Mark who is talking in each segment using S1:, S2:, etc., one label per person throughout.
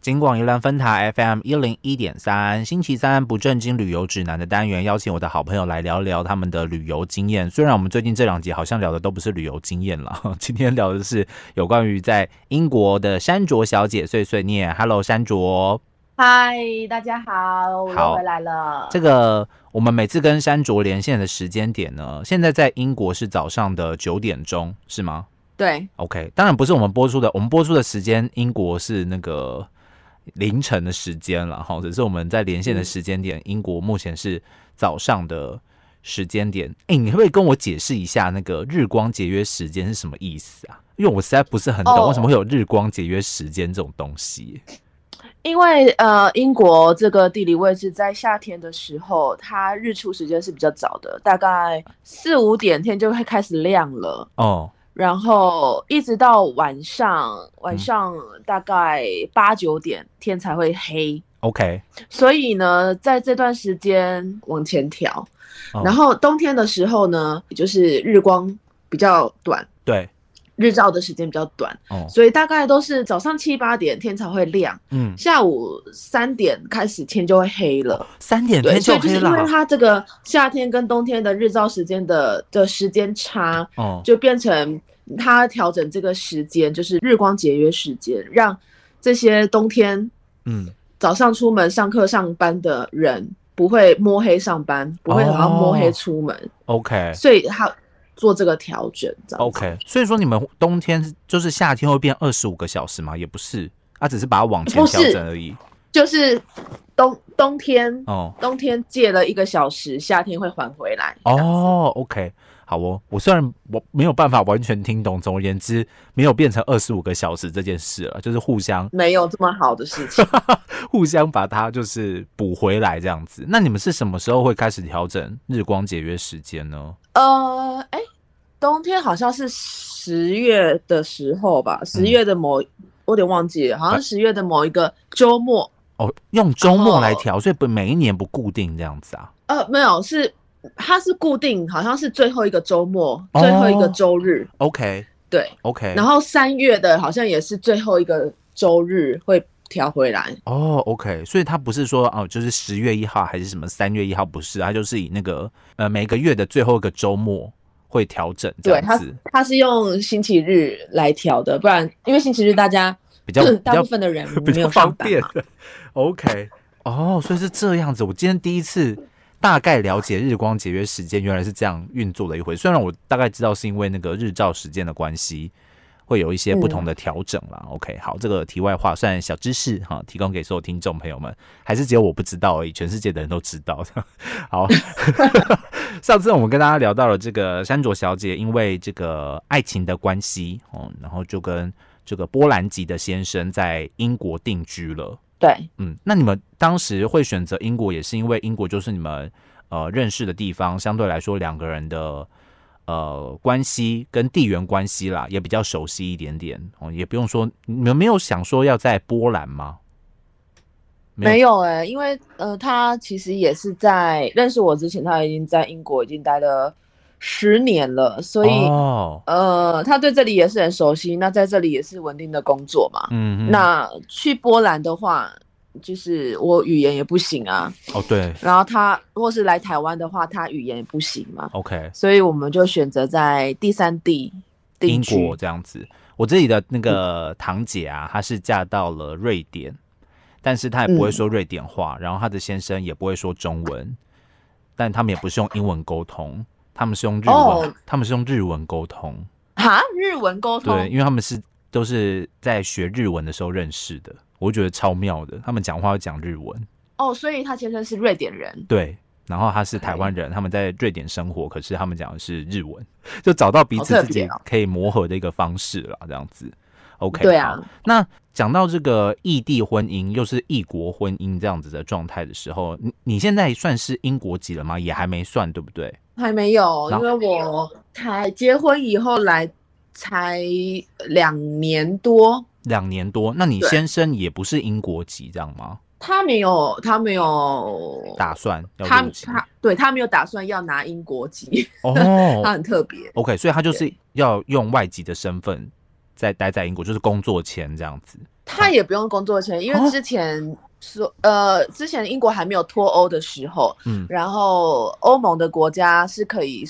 S1: 金广宜兰分台 FM 一零一点三，星期三不正经旅游指南的单元，邀请我的好朋友来聊聊他们的旅游经验。虽然我们最近这两集好像聊的都不是旅游经验了， 今天聊的是有关于在英国的山卓小姐碎碎念。Hello，山卓。
S2: 嗨，大家好，我
S1: 好
S2: 哦又回来了。
S1: 这个我们每次跟山卓连线的时间点呢，现在在英国是早上的九点钟，是吗
S2: 对，
S1: ？OK，当然不是我们播出的，我们播出的时间英国是那个凌晨的时间了哈，只是我们在连线的时间点，英国目前是早上的时间点。哎、你可不可以跟我解释一下那个日光节约时间是什么意思啊？因为我实在不是很懂
S2: 哦
S1: 为什么会有日光节约时间这种东西。
S2: 因为呃，英国这个地理位置在夏天的时候，它日出时间是比较早的，大概四五点天就会开始亮了，
S1: 哦，
S2: 然后一直到晚上，
S1: 嗯
S2: 晚上大概八九点天才会黑。
S1: OK，
S2: 所以呢，在这段时间往前调，
S1: 哦
S2: 然后冬天的时候呢，也就是日光比较短，
S1: 对，
S2: 日照的时间比较短。
S1: 哦，
S2: 所以大概都是早上七八点天才会亮，
S1: 嗯，
S2: 下午三点开始天就会黑了。
S1: 三点
S2: 对，
S1: 哦天
S2: 所
S1: 就
S2: 以就是
S1: 黑
S2: 因为
S1: 了。啊
S2: 它这个夏天跟冬天的日照时间的的时间差，
S1: 哦，
S2: 就变成它调整这个时间，就是日光节约时间，让这些冬天
S1: 嗯，
S2: 早上出门上课上班的人不会摸黑上班，不会早上摸
S1: 哦
S2: 黑出门，
S1: OK
S2: 所以它做这个调整。这样子
S1: OK，所以说你们冬天就是夏天会变二十五个小时吗？也不是，啊，只是把它往前
S2: 不
S1: 调
S2: 是
S1: 整而已。
S2: 就是冬冬天
S1: 哦
S2: 冬天借了一个小时，夏天会还回来。
S1: 哦，OK，好哦。我虽然我没有办法完全听懂，总而言之，没有变成二十五个小时这件事了，就是互相
S2: 没有这么好的事情。
S1: 互相把它就是补回来这样子。那你们是什么时候会开始调整日光节约时间呢？
S2: 呃，哎、冬天好像是十月的时候
S1: 嗯
S2: 吧，十月的某、我有点忘记了，好像十月的某一个周末。
S1: 哦，用周末来
S2: 哦
S1: 调，所以不每一年不固定这样子啊。
S2: 呃，没有，是它是固定，好像是最后一个周末，
S1: 哦
S2: 最后一个周日。
S1: OK
S2: 对，
S1: OK，
S2: 然后三月的好像也是最后一个周日会调回来。
S1: 哦，OK，所以它不是说哦，就是十月一号还是什么三月一号，不是，它就是以那个呃每个月的最后一个周末会调整这
S2: 对，
S1: 样
S2: 它
S1: 子，
S2: 它是用星期日来调的，不然因为星期日大家
S1: 比较比
S2: 嗯大
S1: 较
S2: 部分的人
S1: 比
S2: 没
S1: 较
S2: 有
S1: 方
S2: 上班
S1: 便。
S2: 嘛。
S1: OK，哦，所以是这样子。我今天第一次大概了解日光节约时间原来是这样运作的一回，虽然我大概知道是因为那个日照时间的关系。会有一些不同的调整啦。OK，好，这个题外话算小知识哈，提供给所有听众朋友们，还是只有我不知道而已，全世界的人都知道。好，上次我们跟大家聊到了这个山卓小姐，因为这个爱情的关系哦，然后就跟这个波兰籍的先生在英国定居了。
S2: 对，
S1: 嗯，那你们当时会选择英国，也是因为英国就是你们呃认识的地方，相对来说两个人的呃关系跟地缘关系啦，也比较熟悉一点点哦，也不用说你们没有想说要在波兰吗？没有
S2: 没有哎、因为呃，他其实也是在认识我之前，他已经在英国已经待了十年了，所以、
S1: 哦，
S2: 呃，他对这里也是很熟悉。那在这里也是稳定的工作嘛。
S1: 嗯哼，
S2: 那去波兰的话，就是我语言也不行啊，
S1: 哦对
S2: 然后他或是来台湾的话，他语言也不行嘛，
S1: ，OK，
S2: 所以我们就选择在第三地定
S1: 英
S2: 居。嗯
S1: 国这样子。我这里的那个堂姐啊，她是嫁到了瑞典，但是她也不
S2: 嗯
S1: 会说瑞典话，然后她的先生也不会说中文，但他们也不是用英文沟通，他们是用日文，
S2: 哦
S1: 他们是用日文沟通。
S2: 哈，日文沟通
S1: 对，因为他们是都是在学日文的时候认识的，我觉得超妙的。他们讲话要讲日文，
S2: 哦，所以他先生是瑞典人。
S1: 对。然后他是台湾
S2: 哎
S1: 人，他们在瑞典生活，可是他们讲的是日文，就找到彼
S2: 好
S1: 此
S2: 特
S1: 自己
S2: 别哦
S1: 可以磨合的一个方式啦，这样子。OK，
S2: 对啊
S1: 好，那讲到这个异地婚姻，又是异国婚姻这样子的状态的时候，你你现在算是英国籍了吗？也还没算，对不对？
S2: 还没有，
S1: 然
S2: 因
S1: 后
S2: 为我才结婚以后来才两年多，
S1: 两年多，那你
S2: 对
S1: 先生也不是英国籍，这样吗？
S2: 他没有，他没有，
S1: 打算要
S2: 他
S1: 入籍？
S2: 他对他没有打算要拿英国籍，
S1: 哦
S2: 他很特别。
S1: ，OK，所以他就是要用外籍的身份在待在英国，就是工作签这样子。
S2: 他也不用工作签，
S1: 哦
S2: 因为之前说、呃，之前英国还没有脱欧的时候，
S1: 嗯
S2: 然后欧盟的国家是可以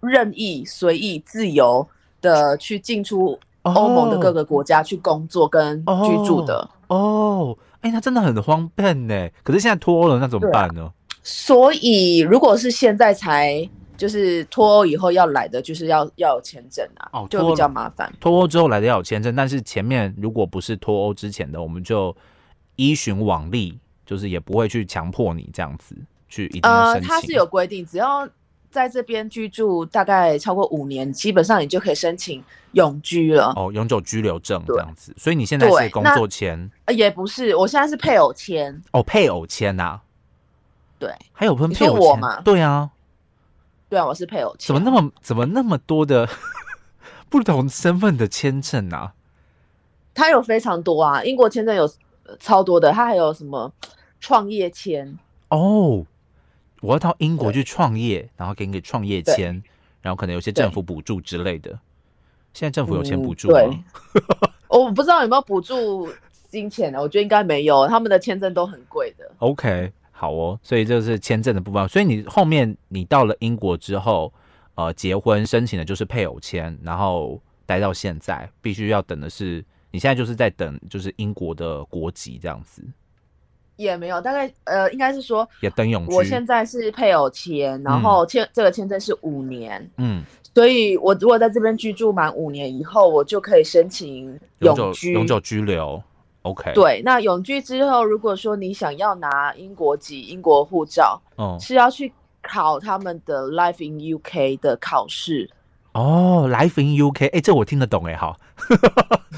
S2: 任意、随意、自由的去进出欧盟的各个国家去工作跟居住的。
S1: 哦，哎、那真的很荒诞呢。可是现在脱欧了，那怎么
S2: 啊
S1: 办呢？
S2: 所以如果是现在才就是脱欧以后要来的，就是要要有签证啊，
S1: 哦脱
S2: 就
S1: 欧
S2: 比较麻烦。
S1: 脱欧之后来的要有签证，但是前面如果不是脱欧之前的，我们就依循往例，就是也不会去强迫你这样子去一定要
S2: 呃，
S1: 申请。
S2: 它是有规定，只要在这边居住大概超过五年，基本上你就可以申请永居了。
S1: 哦永久居留证这
S2: 对
S1: 样子，所以你现在是
S2: 对
S1: 工作签
S2: 呃也不是，我现在是配偶签，
S1: 哦，配偶签呐、啊，
S2: 对
S1: 还有分
S2: 你
S1: 配
S2: 说
S1: 偶
S2: 我
S1: 签
S2: 吗
S1: 对啊，
S2: 对啊，我是配偶签。
S1: 怎么那么怎么那么多的 不同身份的签证啊？
S2: 它有非常多啊，英国签证有呃超多的，它还有什么创业签？
S1: 哦，我要到英国
S2: 对
S1: 去创业，然后给你个创业
S2: 对
S1: 签，然后可能有些政府补助之类的。现在政府有钱
S2: 嗯
S1: 补助吗？
S2: 对我不知道有没有补助金钱啊的，我觉得应该没有，他们的签证都很贵的。
S1: OK，好哦，所以这是签证的部分。所以你后面你到了英国之后，呃，结婚申请的就是配偶签，然后待到现在，必须要等的是你现在就是在等就是英国的国籍这样子，
S2: 也没有，大概呃，应该是说
S1: 也等永
S2: 我
S1: 居。
S2: 现在是配偶签，然后签、这个签证是五年，
S1: 嗯，
S2: 所以我如果在这边居住满五年以后，我就可以申请
S1: 永
S2: 永
S1: 久
S2: 居。
S1: 永久居留。OK，，
S2: 对，那永居之后，如果说你想要拿英国籍、英国护照，
S1: 嗯，
S2: 是要去考他们的 Life in UK 的考试。
S1: 哦，Life in UK，哎、这我听得懂哎、好，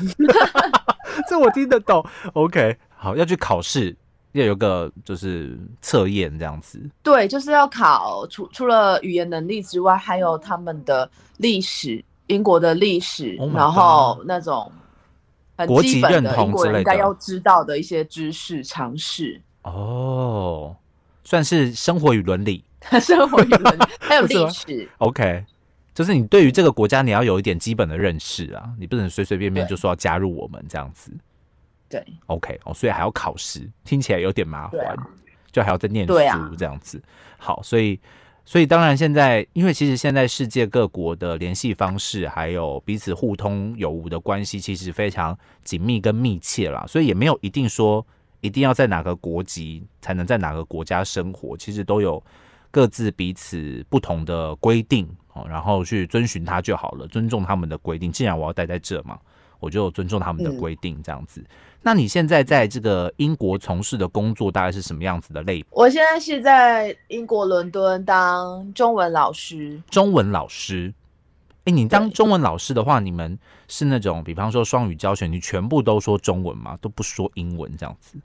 S1: 这我听得懂。OK，好，要去考试，要有个就是测验这样子。
S2: 对，就是要考除除了语言能力之外，还有他们的历史，英国的历史
S1: Oh my
S2: 然后那种很
S1: 国籍
S2: 基本
S1: 认
S2: 的
S1: 同
S2: 英国
S1: 之类
S2: 人应该
S1: 的
S2: 要知道的一些知识常识。
S1: 哦，算是生活与伦理。
S2: 生活语文还 有
S1: 不是吗
S2: 历史，
S1: OK，就是你对于这个国家你要有一点基本的认识啊，你不能随随便便
S2: 对
S1: 就说要加入我们这样子。
S2: 对
S1: OK，哦，所以还要考试，听起来有点麻
S2: 对
S1: 烦，
S2: 啊
S1: 就还要再念书
S2: 对啊
S1: 这样子。好，所以所以当然现在，因为其实现在世界各国的联系方式，还有彼此互通有无的关系，其实非常紧密跟密切啦，所以也没有一定说一定要在哪个国籍才能在哪个国家生活，其实都有各自彼此不同的规定哦，然后去遵循它就好了，尊重他们的规定。既然我要待在这嘛，我就尊重他们的
S2: 嗯
S1: 规定这样子。那你现在在这个英国从事的工作大概是什么样子的类别？
S2: 我现在是在英国伦敦当中文老师，
S1: 中文老师。哎，你当
S2: 对
S1: 中文老师的话，你们是那种，比方说双语教学，你全部都说中文吗？都不说英文这样子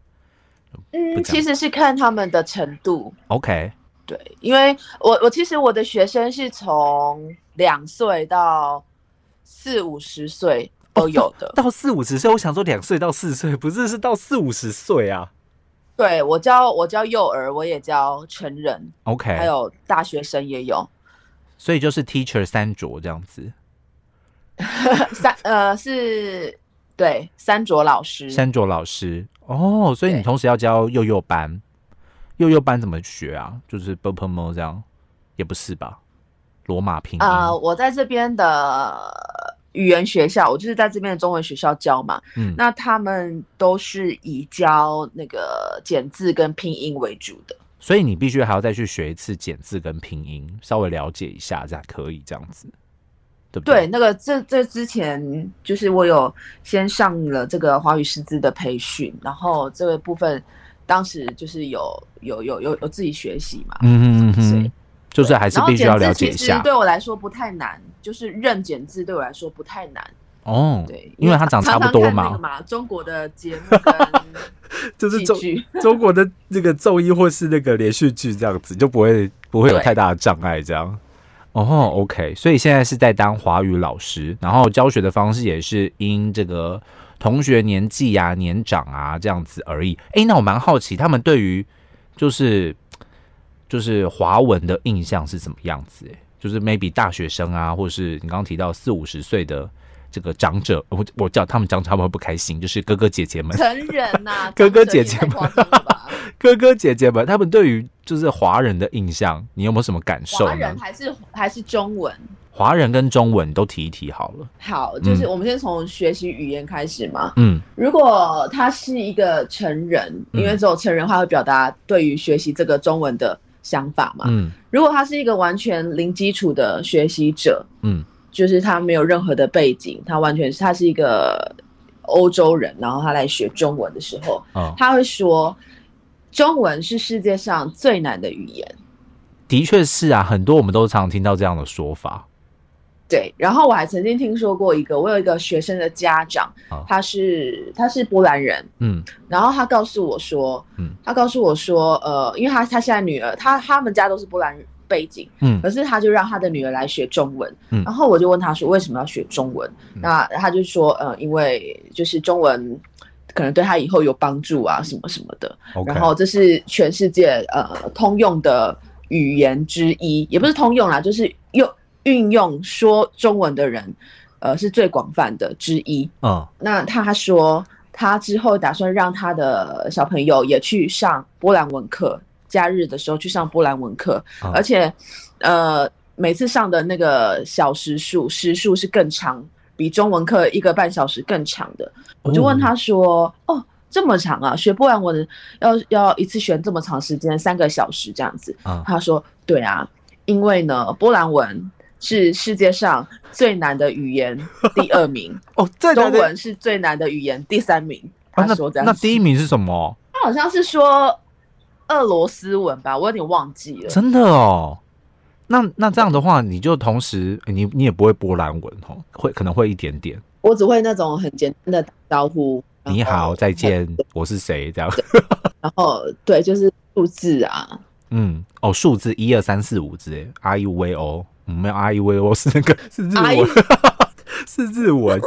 S1: 不
S2: 嗯，
S1: 讲
S2: 其实是看他们的程度，
S1: ？OK，
S2: 对，因为我我其实我的学生是从两岁到四五十岁都有的，
S1: 到四五十岁，我想说两岁到四岁，不是是到四五十岁啊
S2: 对我教我教幼儿，我也教成人，
S1: ？OK，
S2: 还有大学生也有，
S1: 所以就是 teacher 三卓这样子，
S2: 三呃是，对三卓老师，
S1: 三卓老师哦，所以你
S2: 对
S1: 同时要教幼幼班，幼幼班怎么学啊？就是 b u r p m o 这样，也不是吧？罗马拼音，
S2: 呃，我在这边的语言学校，我就是在这边的中文学校教嘛。
S1: 嗯
S2: 那他们都是以教那个简字跟拼音为主的。
S1: 所以你必须还要再去学一次简字跟拼音，稍微了解一下，这样可以这样子，对不
S2: 对，
S1: 对？
S2: 那个这这之前就是我有先上了这个华语师资的培训，然后这个部分当时就是有有有有有自己学习嘛。
S1: 嗯嗯
S2: 所以
S1: 嗯，就是还是
S2: 然后
S1: 必须
S2: 简
S1: 要
S2: 字
S1: 了解
S2: 其
S1: 一
S2: 实
S1: 下
S2: 对我来说不太难，就是认简字对我来说不太难。
S1: 哦，
S2: 对，
S1: 因为它长差
S2: 常
S1: 不
S2: 常
S1: 多
S2: 看那个
S1: 嘛，
S2: 嘛，中国的 节目跟
S1: 就
S2: 戏剧。
S1: 中国的那个综艺或是那个连续剧这样子，就不会不会有太大的障碍这样。哦、o k 所以现在是在当华语老师，然后教学的方式也是因这个同学年纪啊、年长啊这样子而已。诶，那我蛮好奇他们对于就是就是华文的印象是怎么样子、诶，就是 maybe 大学生啊，或是你刚刚提到四五十岁的这个长者，我我叫他们长者，他们会不开心，就是哥哥姐姐们，
S2: 成人呐、
S1: 哥哥
S2: 长者
S1: 姐
S2: 也
S1: 姐
S2: 太
S1: 们
S2: 夸张了 吧
S1: 哥哥姐姐们，他们对于就是华人的印象，你有没有什么感受
S2: 华
S1: 呢
S2: 人？还是还是中文。
S1: 华人跟中文都提一提好了。
S2: 好，就是我们先从学习语言开始嘛。
S1: 嗯，
S2: 如果他是一个成人，
S1: 嗯
S2: 因为只有成人他会表达对于学习这个中文的想法嘛。
S1: 嗯
S2: 如果他是一个完全零基础的学习者，
S1: 嗯
S2: 就是他没有任何的背景，他完全是他是一个欧洲人，然后他来学中文的时候，
S1: 哦，
S2: 他会说中文是世界上最难的语言。
S1: 的确是啊，很多我们都常听到这样的说法。
S2: 对，然后我还曾经听说过一个，我有一个学生的家长
S1: 哦，
S2: 他是他是波兰人，
S1: 嗯
S2: 然后他告诉我说，
S1: 嗯
S2: 他告诉我说，呃，因为他他现在女儿，他他们家都是波兰背景，
S1: 嗯
S2: 可是他就让他的女儿来学中文，
S1: 嗯
S2: 然后我就问他说为什么要学中文？
S1: 嗯
S2: 那他就说，呃，因为就是中文可能对他以后有帮助啊，什么什么的。
S1: ，OK，
S2: 然后这是全世界呃通用的语言之一，也不是通用啦，就是用运用说中文的人，呃是最广泛的之一。
S1: 嗯
S2: 那他说他之后打算让他的小朋友也去上波兰文课，假日的时候去上波兰文课，
S1: 嗯
S2: 而且呃每次上的那个小时数时数是更长，比中文课一个半小时更长的。我就问他说：“哦。这么长啊，学波兰文要要一次学这么长时间，三个小时这样子。
S1: 啊，
S2: 他说：“对啊，因为呢，波兰文是世界上最难的语言第二名，
S1: 哦，这
S2: 中文是最难的语言第三名。
S1: 啊，
S2: 他说这
S1: 那
S2: 样、
S1: 那第一，名是什么？
S2: 他好像是说俄罗斯文吧，我有点忘记了。
S1: 真的哦。那那这样的话，你就同时你你也不会波兰文哦，会可能会一点点。
S2: 我只会那种很简单的打招呼，然后
S1: 你好，再，见，我是谁？这样，
S2: 然后对，就是数字啊，
S1: 嗯，哦，数字一二三四五之类，R U V O，嗯，没有 R U V O 是那个是日
S2: 哎呦
S1: 文， 是日文。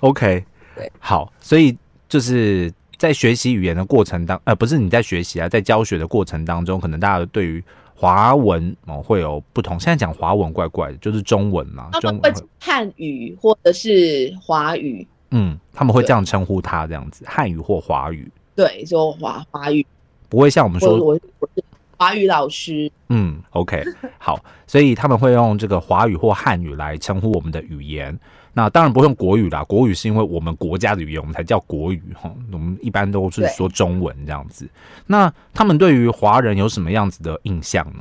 S1: OK，
S2: 对，
S1: 好，所以就是在学习语言的过程当，呃，不是你在学习啊，在教学的过程当中，可能大家对于华文哦会有不同。现在讲华文怪怪的，就是中文嘛，
S2: 他
S1: 啊中
S2: 们会
S1: 文，
S2: 汉语或者是华语，
S1: 嗯，他们会
S2: 对
S1: 这样称呼它，这样子，汉语或华语，
S2: 对，说华华语，
S1: 不会像我们
S2: 或
S1: 说
S2: 者我我是华语老师，
S1: 嗯，OK，好， 所以他们会用这个华语或汉语来称呼我们的语言。那当然不用国语啦，国语是因为我们国家的语言，我们才叫国语哈。我们一般都是
S2: 对
S1: 说中文这样子。那他们对于华人有什么样子的印象呢？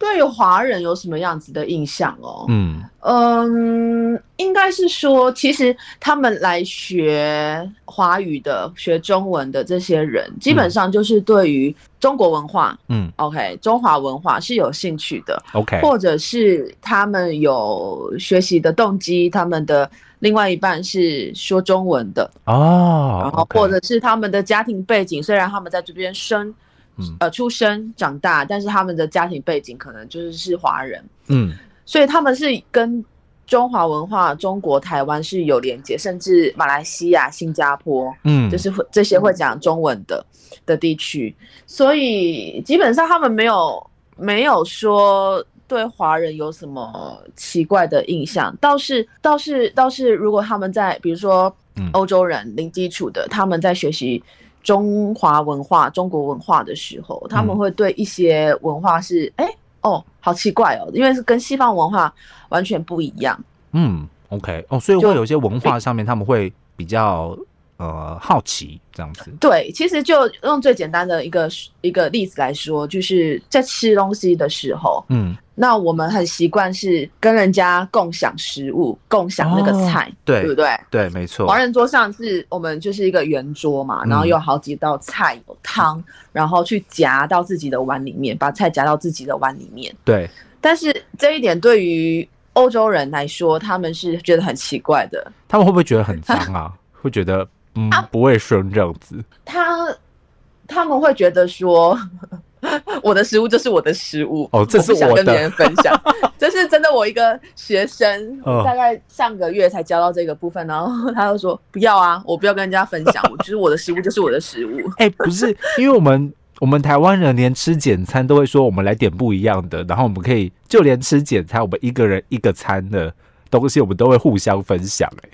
S2: 对于华人有什么样子的印象哦？
S1: 嗯
S2: 嗯，应该是说，其实他们来学华语的、学中文的这些人，基本上就是对于中国文化、
S1: 嗯
S2: o k 中华文化是有兴趣的，
S1: ，OK，
S2: 或者是他们有学习的动机，他们的另外一半是说中文的，
S1: 哦
S2: 然后
S1: OK，
S2: 或者是他们的家庭背景，虽然他们在这边生
S1: 嗯，
S2: 呃出生长大，但是他们的家庭背景可能就是是华人。
S1: 嗯
S2: 所以他们是跟中华文化、中国台湾是有连接，甚至马来西亚、新加坡，
S1: 嗯，
S2: 就是会这些会讲中文的的地区，所以基本上他们没有没有说对华人有什么奇怪的印象，倒是倒是倒是，如果他们在比如说
S1: 嗯
S2: 欧洲人零基础的，他们在学习。中华文化、中国文化的时候，他们
S1: 嗯
S2: 会对一些文化是哎、哦，好奇怪哦，因为是跟西方文化完全不一样。
S1: 嗯，OK，哦，所以
S2: 就
S1: 会有一些文化上面他们会比较呃好奇这样子。
S2: 对，其实就用最简单的一个一个例子来说，就是在吃东西的时候，
S1: 嗯，
S2: 那我们很习惯是跟人家共享食物、共享那个菜，对不
S1: 对对，
S2: 对？
S1: 没错
S2: 华。人桌上是我们就是一个圆桌嘛，
S1: 嗯
S2: 然后有好几道菜有汤，然后去夹到自己的碗里面，把菜夹到自己的碗里面。
S1: 对，
S2: 但是这一点对于欧洲人来说，他们是觉得很奇怪的，
S1: 他们会不会觉得很脏 啊？会觉得嗯
S2: 啊
S1: 不卫生这样子？
S2: 他他们会觉得说， 我的食物就是我的食物，
S1: 哦这是
S2: 我不想
S1: 我的
S2: 跟别人分 享，这是真的。我一个学生，
S1: 嗯
S2: 大概上个月才教到这个部分，然后他就说不要啊，我不要跟人家分 享，我就是我的食物就是我的食物。
S1: 哎、不是，因为我们我们台湾人连吃简餐都会说我们来点不一样的，然后我们可以就连吃简餐，我们一个人一个餐的东西，我们都会互相分享、哎，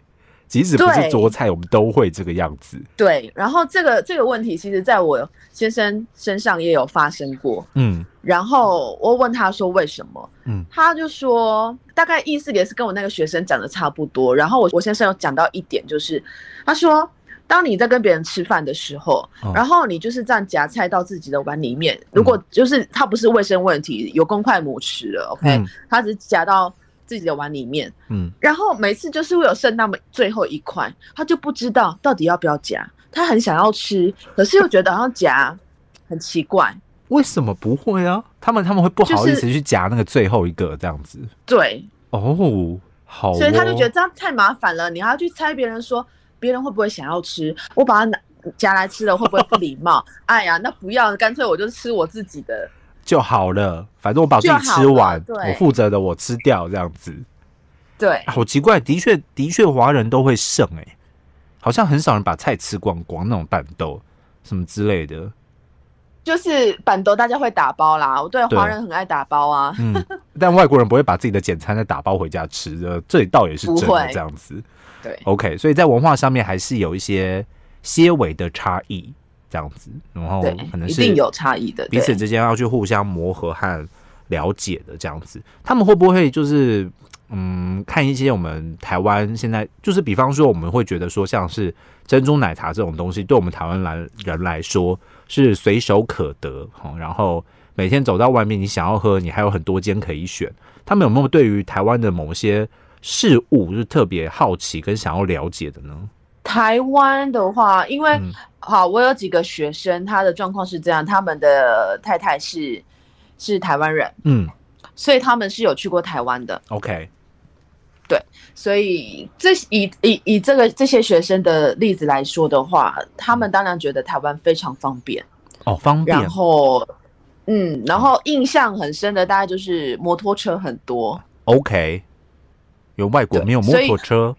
S1: 即使不是做菜，我们都会这个样子。
S2: 对，然后这个这个问题，其实在我先生身上也有发生过。
S1: 嗯
S2: 然后我问他说为什么，
S1: 嗯
S2: 他就说大概意思也是跟我那个学生讲的差不多。然后我我先生有讲到一点，就是他说，当你在跟别人吃饭的时候，
S1: 哦嗯
S2: 然后你就是这样夹菜到自己的碗里面，如果就是他不是卫生问题，有公筷母匙了，OK，、
S1: 嗯
S2: 他只是夹到自己的碗里面，
S1: 嗯，
S2: 然后每次就是会有剩那么最后一块，他就不知道到底要不要夹，他很想要吃，可是又觉得好像夹很奇怪。
S1: 为什么不会啊？他们他们会不好意思
S2: 就是
S1: 去夹那个最后一个这样子。
S2: 对，
S1: 哦，好哦，
S2: 所以他就觉得这样太麻烦了，你还要去猜别人说别人会不会想要吃，我把它拿夹来吃了会不会不礼貌？ 哎呀，那不要，干脆我就吃我自己的。
S1: 就好了，反正我把自
S2: 就
S1: 己
S2: 好
S1: 吃完
S2: 了，对
S1: 我负责的我吃掉这样子。
S2: 对
S1: 啊好奇怪，的确的确，华人都会剩哎、好像很少人把菜吃光光那种蛋豆什么之类的。
S2: 就是板豆大家会打包啦，我对
S1: 对
S2: 华人很爱打包啊。
S1: 嗯，但外国人不会把自己的简餐再打包回家吃的，这倒也是真
S2: 不
S1: 的
S2: 会
S1: 这样子。
S2: 对，
S1: OK，所以在文化上面还是有一些些微的差异，这样子，然后
S2: 对
S1: 哦可能
S2: 一
S1: 是
S2: 定有差异的
S1: 彼此
S2: 对
S1: 之间要去互相磨合和了解的这样子。他们会不会就是嗯，看一些我们台湾现在就是，比方说我们会觉得说像是珍珠奶茶这种东西，对我们台湾来人来说是随手可得，哦然后每天走到外面，你想要喝，你还有很多间可以选。他们有没有对于台湾的某些事物是特别好奇跟想要了解的呢？
S2: 台湾的话，因为、
S1: 嗯
S2: 好，我有几个学生，他的状况是这样，他们的太太是是台湾人，
S1: 嗯
S2: 所以他们是有去过台湾的。
S1: ，OK，
S2: 所以这以以以这个这些学生的例子来说的话，他们当然觉得台湾非常方便，
S1: 哦，方便
S2: 然后。嗯，然后印象很深的大概就是摩托车很多。
S1: OK，有外国
S2: 对
S1: 没有摩
S2: 所以
S1: 托车，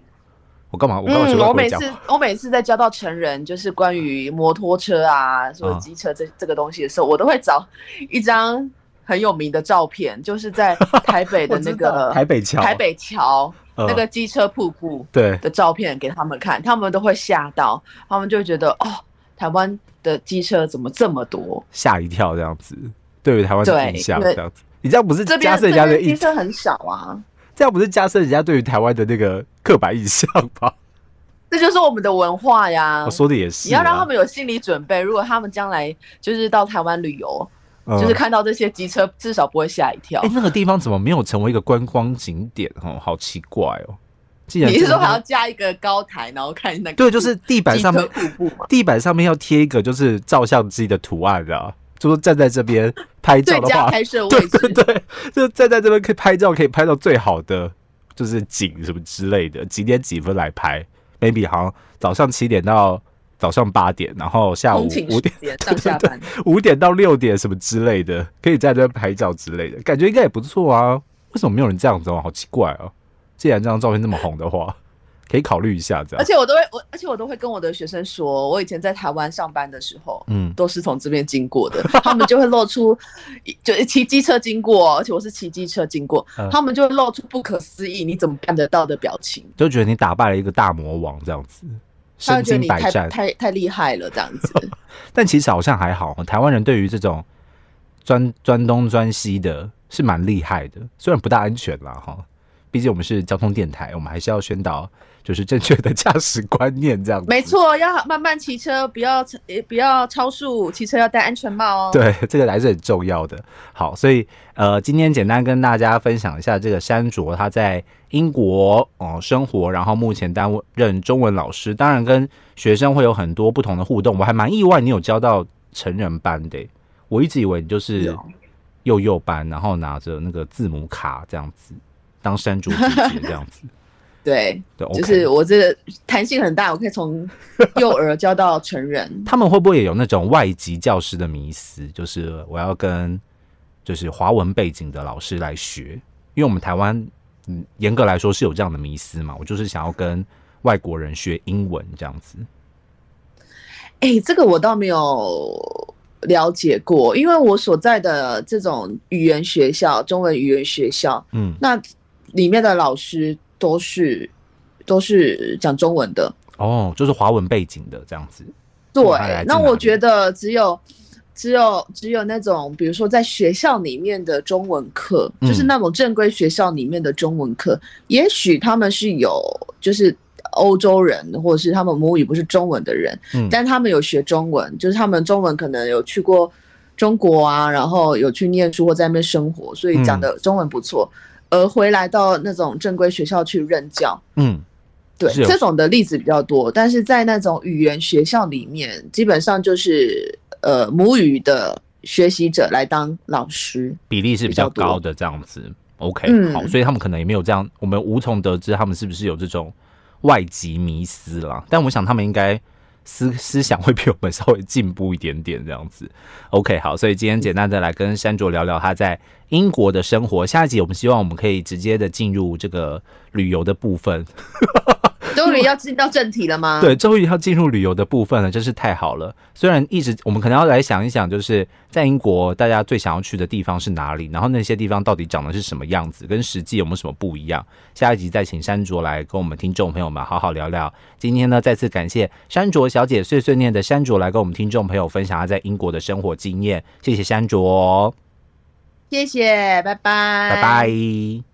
S1: 我干嘛？我干嘛去外
S2: 嗯，我
S1: 国
S2: 每
S1: 讲？
S2: 次我每次在教到成人，就是关于摩托车啊，说
S1: 啊
S2: 机车这、这个东西的时候，我都会找一张很有名的照片，就是在台北 的那个
S1: 台北桥，
S2: 台北桥、
S1: 呃
S2: 那个机车瀑布。
S1: 对，
S2: 的照片给他们看，他们都会吓到，他们就会觉得哦，台湾的机车怎么这么多？
S1: 吓一跳这样子，对于台湾的
S2: 对
S1: 印象
S2: 因为
S1: 这样子。你这样不是
S2: 这
S1: 加
S2: 边
S1: 深
S2: 这
S1: 人家的
S2: 边机
S1: 印，
S2: 车很少啊，
S1: 这样不是加深人家对于台湾的那个刻板印象吧？
S2: 这就是我们的文化呀
S1: 我。说的也是啊，
S2: 哦你要让他们有心理准备，如果他们将来就是到台湾旅游，
S1: 嗯
S2: 就是看到这些机车，至少不会吓一跳
S1: 哎、。那个地方怎么没有成为一个观光景点？哦，好奇怪哦。既然
S2: 你
S1: 这
S2: 是说
S1: 个地
S2: 还
S1: 方
S2: 要加一个高台，然后看那个？
S1: 对，就是地板上面
S2: 机车 瀑布嘛
S1: 地板上面要贴一个就是照相机的图案啊，就说站在这边拍照
S2: 最
S1: 的
S2: 佳
S1: 话，
S2: 拍摄位
S1: 对
S2: 置。
S1: 对对，就是站在这边可以拍照，可以拍到最好的，就是景什么之类的，几点几分来拍？maybe 好像早上七点到早上八点，然后下午
S2: 通勤
S1: 五
S2: 时
S1: 点
S2: 间上下班，
S1: 五点到六点什么之类的，可以在这边拍照之类的，感觉应该也不错啊。为什么没有人这样子哦？好奇怪哦！既然这张照片那么红的话，可以考虑一下这
S2: 而
S1: 样。
S2: 且我都会我，而且我都会跟我的学生说，我以前在台湾上班的时候，
S1: 嗯，
S2: 都是从这边经过的， 他们就会露出，就骑机车经过哦，而且我是骑机车经过，
S1: 嗯
S2: 他们就会露出不可思议，你怎么办得到的表情，
S1: 就觉得你打败了一个大魔王这样子，
S2: 他
S1: 身
S2: 会觉得
S1: 经
S2: 你
S1: 百
S2: 太
S1: 战。
S2: 太太厉害了这样子。
S1: 但其实好像还好，台湾人对于这种钻钻东钻西的是蛮厉害的，虽然不大安全啦哈，毕竟我们是交通电台，我们还是要宣导就是正确的驾驶观念这样子。
S2: 没，错，要慢慢骑车，不要也不要超速，骑车要戴安全帽哦。，
S1: 对，这个还是很重要的。好，所以呃，今天简单跟大家分享一下这个山卓他在英国哦、呃生活，然后目前担任中文老师，当然跟学生会有很多不同的互动。我还蛮意外你有教到成人班的欸、我一直以为你就是
S2: 有
S1: 幼幼班，然后拿着那个字母卡这样子当山卓姐姐这样子。
S2: 对
S1: 对，
S2: 就是
S1: OK
S2: 我这个弹性很大，我可以从幼儿教到成人。
S1: 他们会不会也有那种外籍教师的迷思？就是我要跟就是华文背景的老师来学，因为我们台湾嗯严格来说是有这样的迷思嘛。我就是想要跟外国人学英文这样子。
S2: 哎、这个我倒没有了解过，因为我所在的这种语言嗯学校，中文语言学校，
S1: 嗯，
S2: 那里面的老师都是都是讲中文的。
S1: 哦，就是华文背景的这样子。
S2: 对
S1: 那他来，自
S2: 那
S1: 哪
S2: 我
S1: 里
S2: 觉得只有只有只有那种，比如说在学校里面的中文课，
S1: 嗯
S2: 就是那种正规学校里面的中文课，也许他们是有就是。欧洲人或者是他们母语不是中文的人，
S1: 嗯
S2: 但他们有学中文，就是他们中文可能有去过中国啊，然后有去念书或在那边生活，所
S1: 嗯
S2: 以讲的中文不错。而回来到那种正规学校去任教，
S1: 嗯，
S2: 对，
S1: 是有
S2: 这种的例子比较多，但是在那种语言学校里面，基本上就是呃母语的学习者来当 老师。
S1: 比例是比较
S2: 比较多
S1: 高的这样子。OK，、
S2: 嗯
S1: 好，所以他们可能也没有这样，我们无从得知他们是不是有这种外籍迷思啦。但我想他们应该思思想会比我们稍微进步一点点这样子。OK，好，所以今天简单的来跟山卓聊聊他在英国的生活。下一集我们希望我们可以直接的进入这个旅游的部分。
S2: 终于要进到正题了吗？，
S1: 对，终于要进入旅游的部分了，真是太好了。虽然一直我们可能要来想一想，就是在英国大家最想要去的地方是哪里，然后那些地方到底长得是什么样子，跟实际有没有什么不一样。下一集再请山卓来跟我们听众朋友们好好聊聊。今天呢，再次感谢山卓小姐碎碎念的山卓来跟我们听众朋友分享她在英国的生活经验，谢谢山卓，
S2: 谢谢，拜拜，
S1: 哦拜拜